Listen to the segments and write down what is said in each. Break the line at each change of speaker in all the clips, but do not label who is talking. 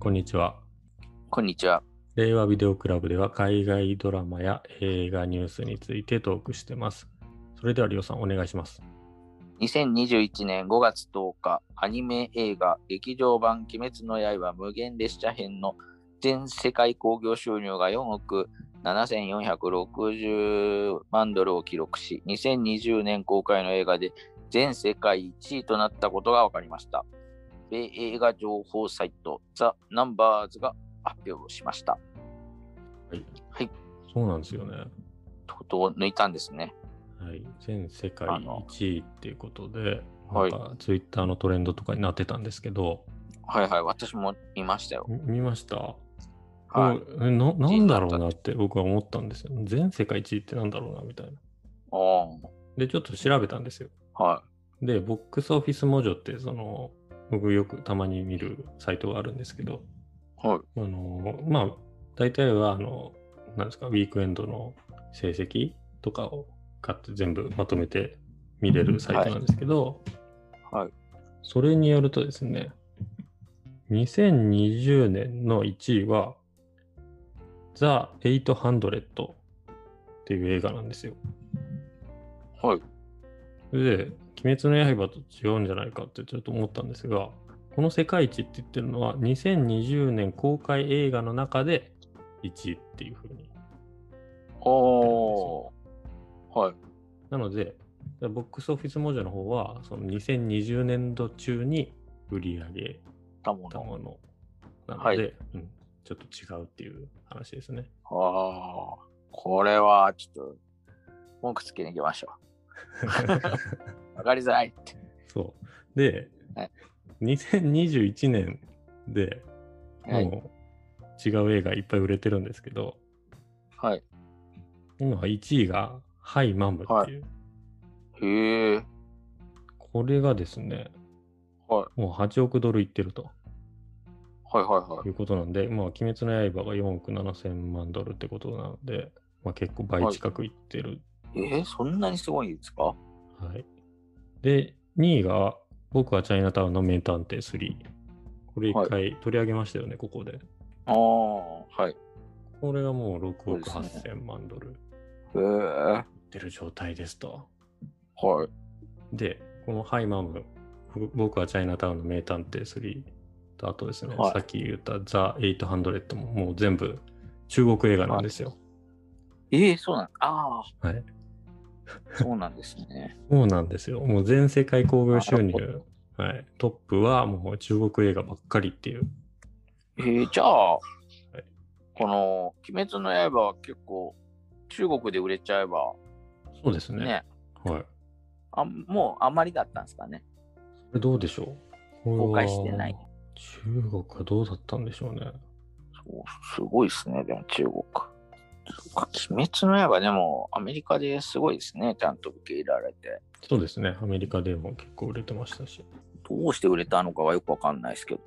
こんにちは。
こんにちは。
令和ビデオクラブでは海外ドラマや映画ニュースについてトークしてます。それではリオさんお願いします。
2021年5月10日、アニメ映画劇場版鬼滅の刃無限列車編の全世界興行収入が4億7460万ドルを記録し、2020年公開の映画で全世界1位となったことが分かりました。米映画情報サイト、ザ・ナンバーズが発表しました。
はい。
はい
そうなんですよね。
とうとう抜いたんですね。
はい。全世界
あの
1位っていうことで、な
は
ん
い
かツイッターのトレンドとかになってたんですけど、
はいはい、私もいましたよ。
み見ました
はい。
これえななんだろうなって僕は思ったんですよ。全世界1位ってなんだろうなみたいな。
おー
で、ちょっと調べたんですよ。
は
で、ボックスオフィスモジョって、その、僕よくたまに見るサイトがあるんですけど、
い。はい。
あの、まあ、大体は、あの、なんですか、ウィークエンドの成績とかを買って全部まとめて見れるサイトなんですけど、
はいはい
それによるとですね、2020年の1位は、ザ・800っていう映画なんですよ。
はい。
それで、鬼滅の刃と違うんじゃないかってちょっと思ったんですが、この世界一って言ってるのは、2020年公開映画の中で1位っていう風に。
おーはい。
なので、ボックスオフィスモジョの方は、その2020年度中に売り上げ
たも
た
の。
ものなので、
はい
うん、ちょっと違うっていう話ですね。
ああ、これはちょっと文句つけに行きましょ う。わかりづらいって。
そう。で、
はい
2021年で
はい。
もう違う映画いっぱい売れてるんですけど、
はい、
今は1位が、ハイマムっていう。
へえ。
これがですね、
は
もう8億ドルいってると
はいはいはいい。
うことなんで、まあ、鬼滅の刃が4億7千万ドルってことなので、まあ、結構倍近くいってる。
えー、そんなにすごいんですか
はい。で、2位が、僕はチャイナタウンの名探偵3。これ1回取り上げましたよね、ここで。
ああ、はい。
これがもう6
そう
億
ですね
8千万ドル
へえ。はい
ってる状態ですと。
い。
で、このハイマム、ぼ僕はチャイナタウンの名探偵3と、あとですね、
はい
さっき言ったザ・800ももう全部中国映画なんですよ。
ええー、そうなんああ、
はい。
そうなんですね。
そうなんですよ。もう全世界興行収
なる
入、はい、トップはもう中国映画ばっかりっていう。
えー、じゃあ、
い
この、鬼滅の刃は結構、中国で売れちゃえば、
そうですね。
ね、
はい。
あもうあまりだったんですかね。
これどうでしょう
公開してない。
これは中国はどうだったんでしょうね。
そうすごいですね、でも中国。そっか鬼滅の刃でもアメリカですごいですね、ちゃんと受け入れられて。
そうですね。アメリカでも結構売れてましたし。
どうして売れたのかはよくわかんないですけど。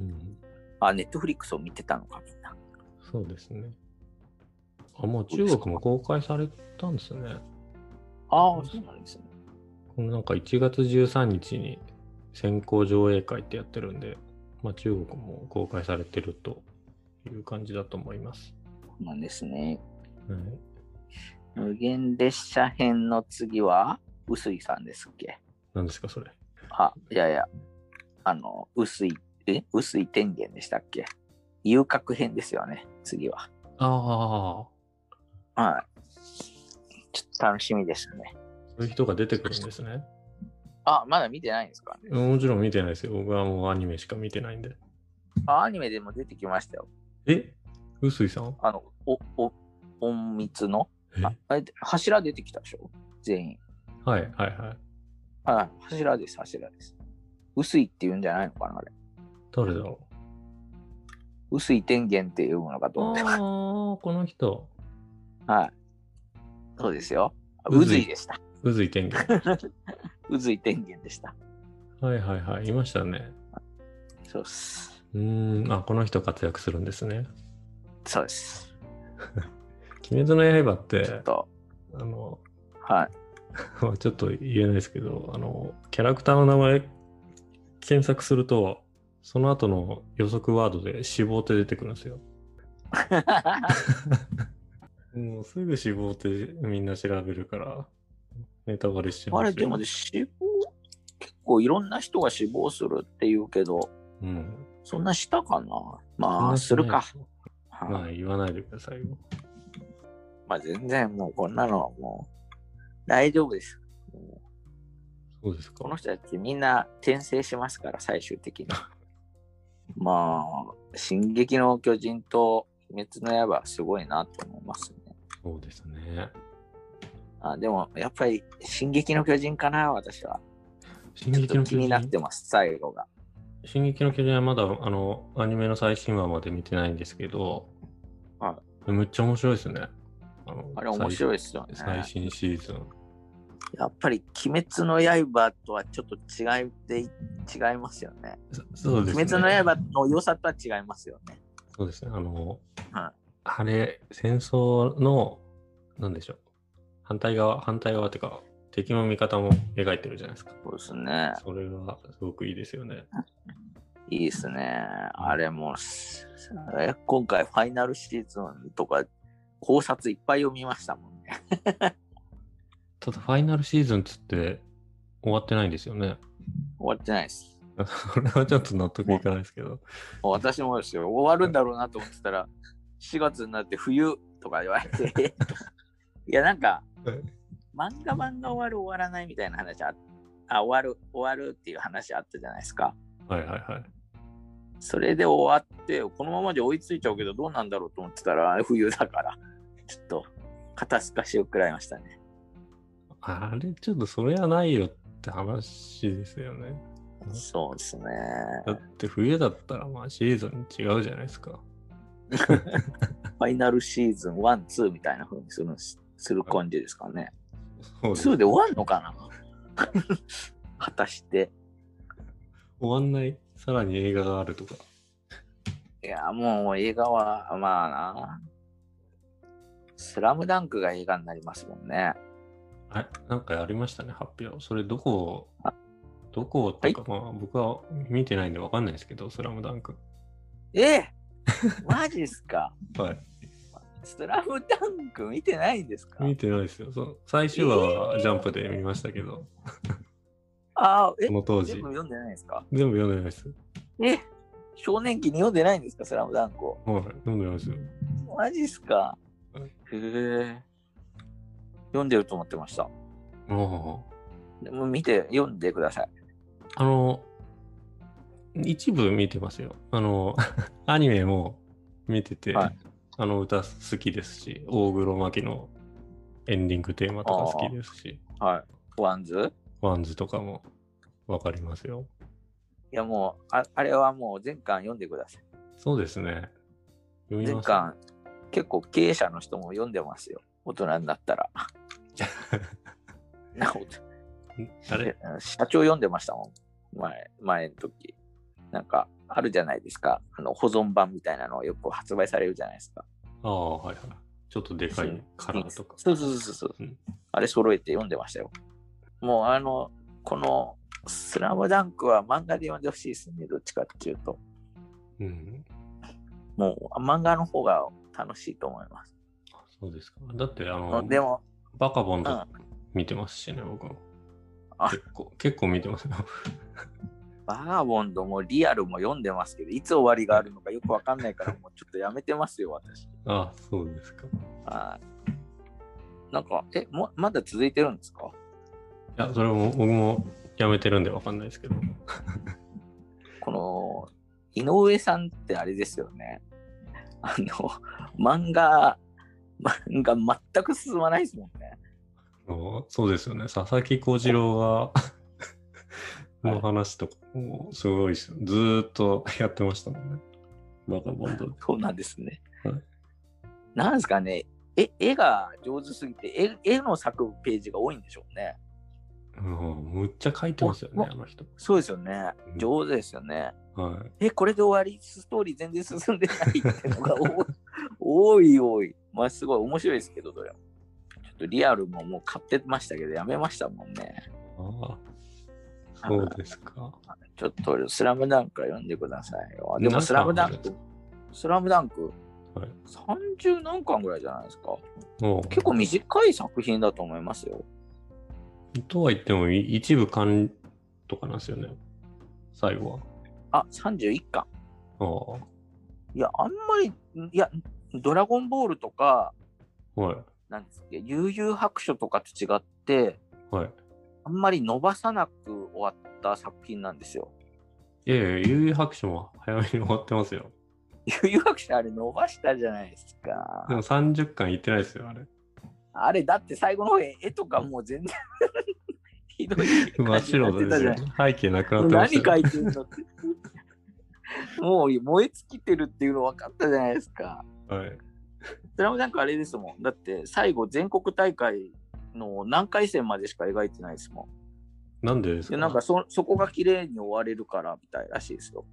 うん、
あ、ネットフリックスを見てたのか、みんな。
そうですね。あ、もう中国も公開されたんですね。
ああ、そうなんですね。
このなんか1月13日に先行上映会ってやってるんで、まあ、中国も公開されてるという感じだと思います。
そうなんですね。
はい
無限列車編の次は、薄井さんですっけ
何ですかそれ。
あ、いやいや、あの、薄井、え薄井天元でしたっけ遊郭編ですよね、次は。
ああ、
はい。ちょっと楽しみですね。
そういう人が出てくるんですね。
あ、まだ見てないんですか
もちろん見てないですよ。僕はもうアニメしか見てないんで。
あアニメでも出てきましたよ。
え臼井さん
あの、お、お、隠密の。
え
ああれ、柱出てきたでしょ全員。
はいはいはい。
はい、柱です、柱です。薄いって言うんじゃないのかな、あれ。
誰だろ
薄い天元って読むのかと
う
思
あ
っ
あ
て。
ー、この人。
はい。そうですよ。
うず
渦
い
井でした。
臼井天元。
渦井天元でした。
はいはいはい。いましたね。
そうです。
うーん、あ、この人活躍するんですね。
そうです。
鬼滅の刃って、
ちょっと、
あの、
はい。
まあちょっと言えないですけど、あの、キャラクターの名前検索すると、その後の予測ワードで死亡って出てくるんですよ。 もうすぐ死亡ってみんな調べるから、ネタバレして
あ
ますよ
れ、でもね死亡、結構いろんな人が死亡するっていうけど、
うん。
そんなしたか
そ
な
ん
ま
な
あ、するか。
しない。
は
ま
い
あ、言わないでくださいよ。
まあ、全然もうこんなのはもう大丈夫です。もう
そうですか
この。人たちみんな転生しますから、最 終的に。まあ、進撃の巨人と鬼滅の刃はすごいなと思いますね。
そうですね。
あでも、やっぱり進撃の巨人かな、私は。
進
ちょっ
撃
と
の
気
巨
になっ
人
て。ます、最後が。
進撃の巨人はまだあのアニメの最新話まで見てないんですけど、
は
めっちゃ面白いですね。あの
あれ面白いですよね。
最最新シーズン。
やっぱり「鬼滅の刃」とはちょっと違いで違いますよね。
そそうですね。
鬼滅の刃の良さとは違いますよね。
そうですね。あの、
は
あれ、戦争の、なんでしょう。反対側、反対側っていうか、敵も味方も描いてるじゃないですか。
そうですね。
それはすごくいいですよね。
いいですね。あれもすえ今回ファイナルシーズンとか考察いっぱい読みましたもんね。
ただ、ファイナルシーズンつって終わってないんですよね。
終わってないです。
それはちょっと納得いかないですけど。
私もですよ。終わるんだろうなと思ってたら4月になって冬とか言われて いやなんか
はい
漫画版が終わる終わらないみたいな話ああ終わる終わるっていう話あったじゃないですか。
はいはいはい。
それで終わって、このままじゃ追いついちゃうけど、どうなんだろうと思ってたら、冬だから、ちょっと、肩透かしを食らいましたね。
あれ、ちょっとそれはないよって話ですよね。うん
そうですね。
だって冬だったらまあシーズン違うじゃないですか。
ファイナルシーズン1、2みたいな風にするんですする感じですかね。
そうです
2で終わんのかな 果たして。
終わんない、さらに映画があるとか。
いや、もう映画は、まあな。スラムダンクが映画になりますもんね。
あれなんかありましたね、発表。それどこを、どこをっていうか、まあ僕は見てないんでわかんないですけど、スラムダンク。
え えマジっすか
はい。
スラムダンク見てないんですか
見てないですよ。そう最終話はジャンプで見ましたけど、
ああ、え
そ、の当時
全。部読んでないんですか
全部読んでないです。
え少年期に読んでないんですかスラムダンクを。
はい、読んでないですよ。
マジっすか
うん
へえ。読んでると思ってました。
あ
でも見て、読んでください。
ああの、一部見てますよ。あ の、アニメも見てて、
はい
あの歌好きですし、大黒摩季のエンディングテーマとか好きですし。
はい。ワンズ
ワンズとかもわかりますよ。
いやもうあ、あれはもう全巻読んでください。
そうですね。読み
全
ます。
巻、結構経営者の人も読んでますよ。大人になっ たら。なお
あれ
社長読んでましたもん。前、前の時。なんか、あるじゃないですか。あの、保存版みたいなのをよく発売されるじゃないですか。
ああ、はいはい。ちょっとでかいカラーとか。
そうそうそうそう。
うん
あれ揃えて読んでましたよ。もうあの、この、スラムダンクは漫画で読んでほしいですね、どっちかっていうと。
うん。
もうあ漫画の方が楽しいと思います。
そうですか。だって、あの、
でも、
バカボン
う
と
ん
か、見てますしね、僕も。
あ
結構、結構見てますよ。
バーボンドもリアルも読んでますけど、いつ終わりがあるのかよくわかんないから、もうちょっとやめてますよ、私。
ああ、そうですか。い
はい。なんか、え、もまだ続いてるんですか
や、それも僕もやめてるんでわかんないですけど。
この井上さんってあれですよね。あの、漫画、漫画全く進まないですもんね。
あのそうですよね。佐々木小次 郎がの話とかもすごいっすずーっとやってましたもんね。バカボンドで。
そうなんですね。
はい
なんですかね。え、絵が上手すぎて、絵絵の作くページが多いんでしょうね。
うん、むっちゃ書いてますよね、
お
あの人。
そうですよね。
うん
上手ですよね。
は
え、これで終わり、ストーリー全然進んでないってのが多い 多い、多い。まあ、すごい面白いですけど、どれも。ちょっとリアルももう買ってましたけど、やめましたもんね。
い。ああ、そうですか。
ちちょっと、スラムダンクは読んでくださいよ。
何
でも、
巻
スラムダン
まで
ク、スラムダンク、
はい
30何巻ぐらいじゃないですか。
も
結構短い作品だと思いますよ。
う、とは言っても、い一部完とかなんですよね。最後
あ、31巻。
は。
いや、あんまり、いや、ドラゴンボールとか、
ああ、はい。
なんですっけ、悠々白書とかと違って、
はい。
あんまり伸ばさなく終わった作品なんですよ。
いやいや、悠々白書も早めに終わってますよ。
悠々白書あれ伸ばしたじゃないですか
で。も30巻いってないですよ、あれ。
あれだって最後の方絵とかもう全然 ひどい
真
感
っ
じにな
白
って
で
た
す
じゃ
よ
ない。。
背景なくなってま
何
し
書
たよ。
いてんのって。もう燃え尽きてるっていうの分かったじゃないですか。
はい。
それもなんかあれですもん。だって最後全国大会の何回戦までしか描いてないですもん。
なんでです
で
か
なんかそそこが綺麗に終われるからみたいらしいですよ。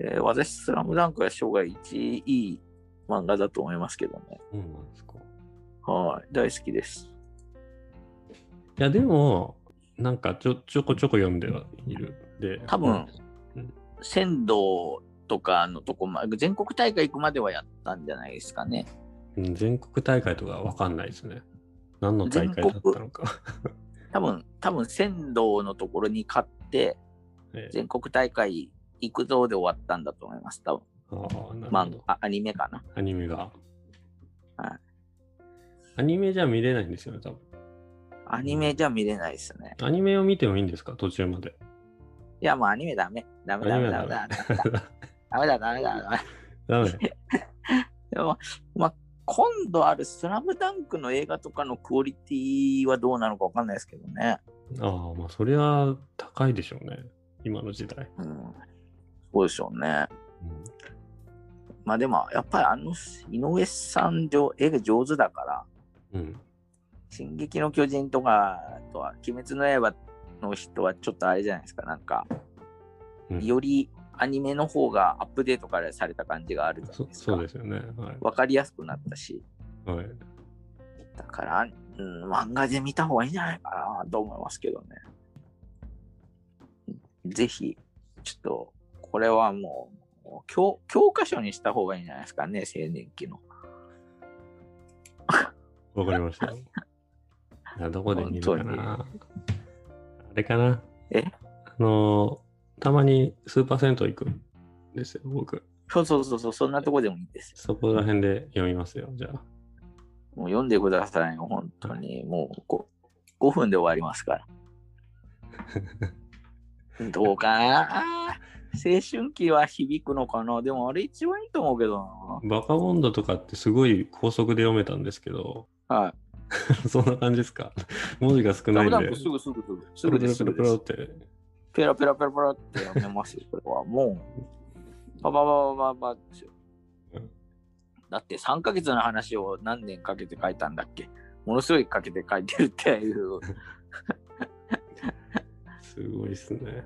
えー私、スラムダンクは生涯一いい漫画だと思いますけどね。
そうなんですか。
はい、大好きです。
いや、でも、なんかちょちょこちょこ読んではいる。で、
多分
うん、
仙道とかのとこまで、全国大会行くまではやったんじゃないですかね。
うん全国大会とかわかんないですね。何の大会だったのか。
多分、多分仙道のところに勝って、
ええ
全国大会行くぞで終わったんだと思います。多分、
ああ、なるほ
漫
ど。
画、アニメかな。
アニメが。
はい
アニメじゃ見れないんですよね、多分。
アニメじゃ見れないですね。
アニメを見てもいいんですか、途中まで。
いや、もうアニメダメ。ダ
ア
メ
ニ
ダ
メ
メ
はダ
ダメ
メ
ダメ。ダメだ、ダメだ、ダメだ。
ダメ。
でも、まあ、今度あるスラムダンクの映画とかのクオリティはどうなのかわかんないですけどね。
ああ、まあ、それは高いでしょうね。今の時代。
うん。そうでしょうね。
うん
まあでも、やっぱりあの、井上さん上、絵が上手だか
う
ら、
ん。
進撃の巨人とか、あとは、鬼滅の刃の人はちょっとあれじゃないですか、なんか、
うん
よりアニメの方がアップデートからされた感じがあるじゃない
そ
ですか。
そうですよね。は
わかりやすくなったし、
い。はい、
だから、うん、漫画で見た方がいいんじゃないかなと思いますけどね。ぜひ、ちょっと、これはもう、教教科書にした方がいいんじゃないですかね、青年期の。
わかりました。いやどこで見るか
本当に
な。あれかな。
え
あのーたまにスーパー銭湯行くんですよ、僕。
そうそうそうそう、そんなとこでもいいです。
そこら辺で読みますよ、じゃあ。
もう読んでくださいよ、本当に。もうこ5分で終わりますから。どうかなあー青春期は響くのかなでもあれ一番いいと思うけど
バカボンドとかってすごい高速で読めたんですけど、
な。はい。
そんな感じですか 文字が少
ス
ない
ラム
んで
ダンク。すぐすぐすぐ。すぐです、す
プ
ぐ
ルプ
で
ル
す。
プルプルって。
ペラペラペラペラってやめますよ、これは。もう、パパパパパパですよ
うん。
だって3ヶ月の話を何年かけて書いたんだっけものすごいかけて書いてるっていう。
すごいですね。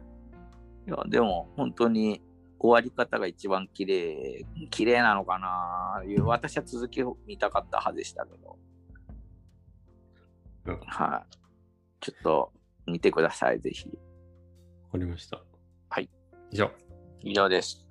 いや、でも本当に終わり方が一番綺麗、綺麗なのかないう私は続きを見たかった派でしたけど。
うんわ
はい、ちょっと見てください、ぜひ。
かりました。
はい。
以上。
以上です。